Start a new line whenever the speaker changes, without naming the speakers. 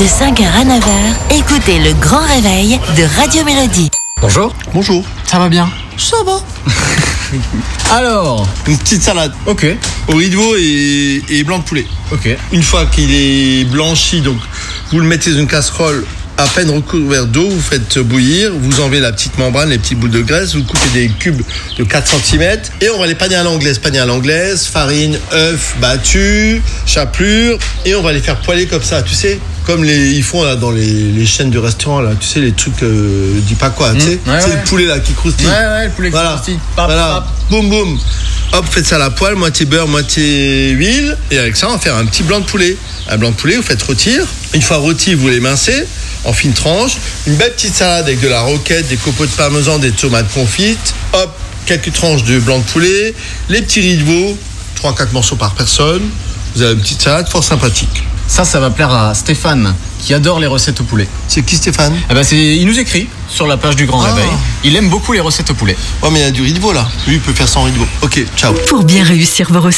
De 5h à 9h, écoutez le grand réveil de Radio Mélodie.
Bonjour.
Bonjour.
Ça va bien
Ça va
Alors
Une petite salade
Ok,
au riz de veau et, et blanc de poulet.
ok.
Une fois qu'il est blanchi, donc vous le mettez dans une casserole à peine recouvert d'eau, vous faites bouillir, vous enlevez la petite membrane, les petites boules de graisse, vous coupez des cubes de 4 cm et on va les paner à l'anglaise, paner à l'anglaise, farine, œufs battus, chapelure et on va les faire poêler comme ça, tu sais comme les, ils font là, dans les, les chaînes de restaurants, là, tu sais, les trucs, euh, dis pas quoi, tu sais,
ouais,
c'est
ouais.
le poulet là qui croustille.
Ouais, ouais, le poulet
Voilà.
croustille. Pap,
Voilà.
pap.
Boum, boum. Hop, faites ça à la poêle, moitié beurre, moitié huile. Et avec ça, on va faire un petit blanc de poulet. Un blanc de poulet, vous faites rôtir. Une fois rôti, vous l'émincez en fines tranches. Une belle petite salade avec de la roquette, des copeaux de parmesan, des tomates confites. Hop, quelques tranches de blanc de poulet. Les petits riz de veau, 3-4 morceaux par personne. Vous avez une petite salade fort sympathique.
Ça, ça va plaire à Stéphane, qui adore les recettes au poulet.
C'est qui Stéphane
Eh ben, c'est, il nous écrit sur la page du Grand
Ah.
Réveil. Il aime beaucoup les recettes au poulet.
Ouais, mais il y a du riz de veau là. Lui, il peut faire sans riz de veau. Ok, ciao.
Pour bien réussir vos recettes,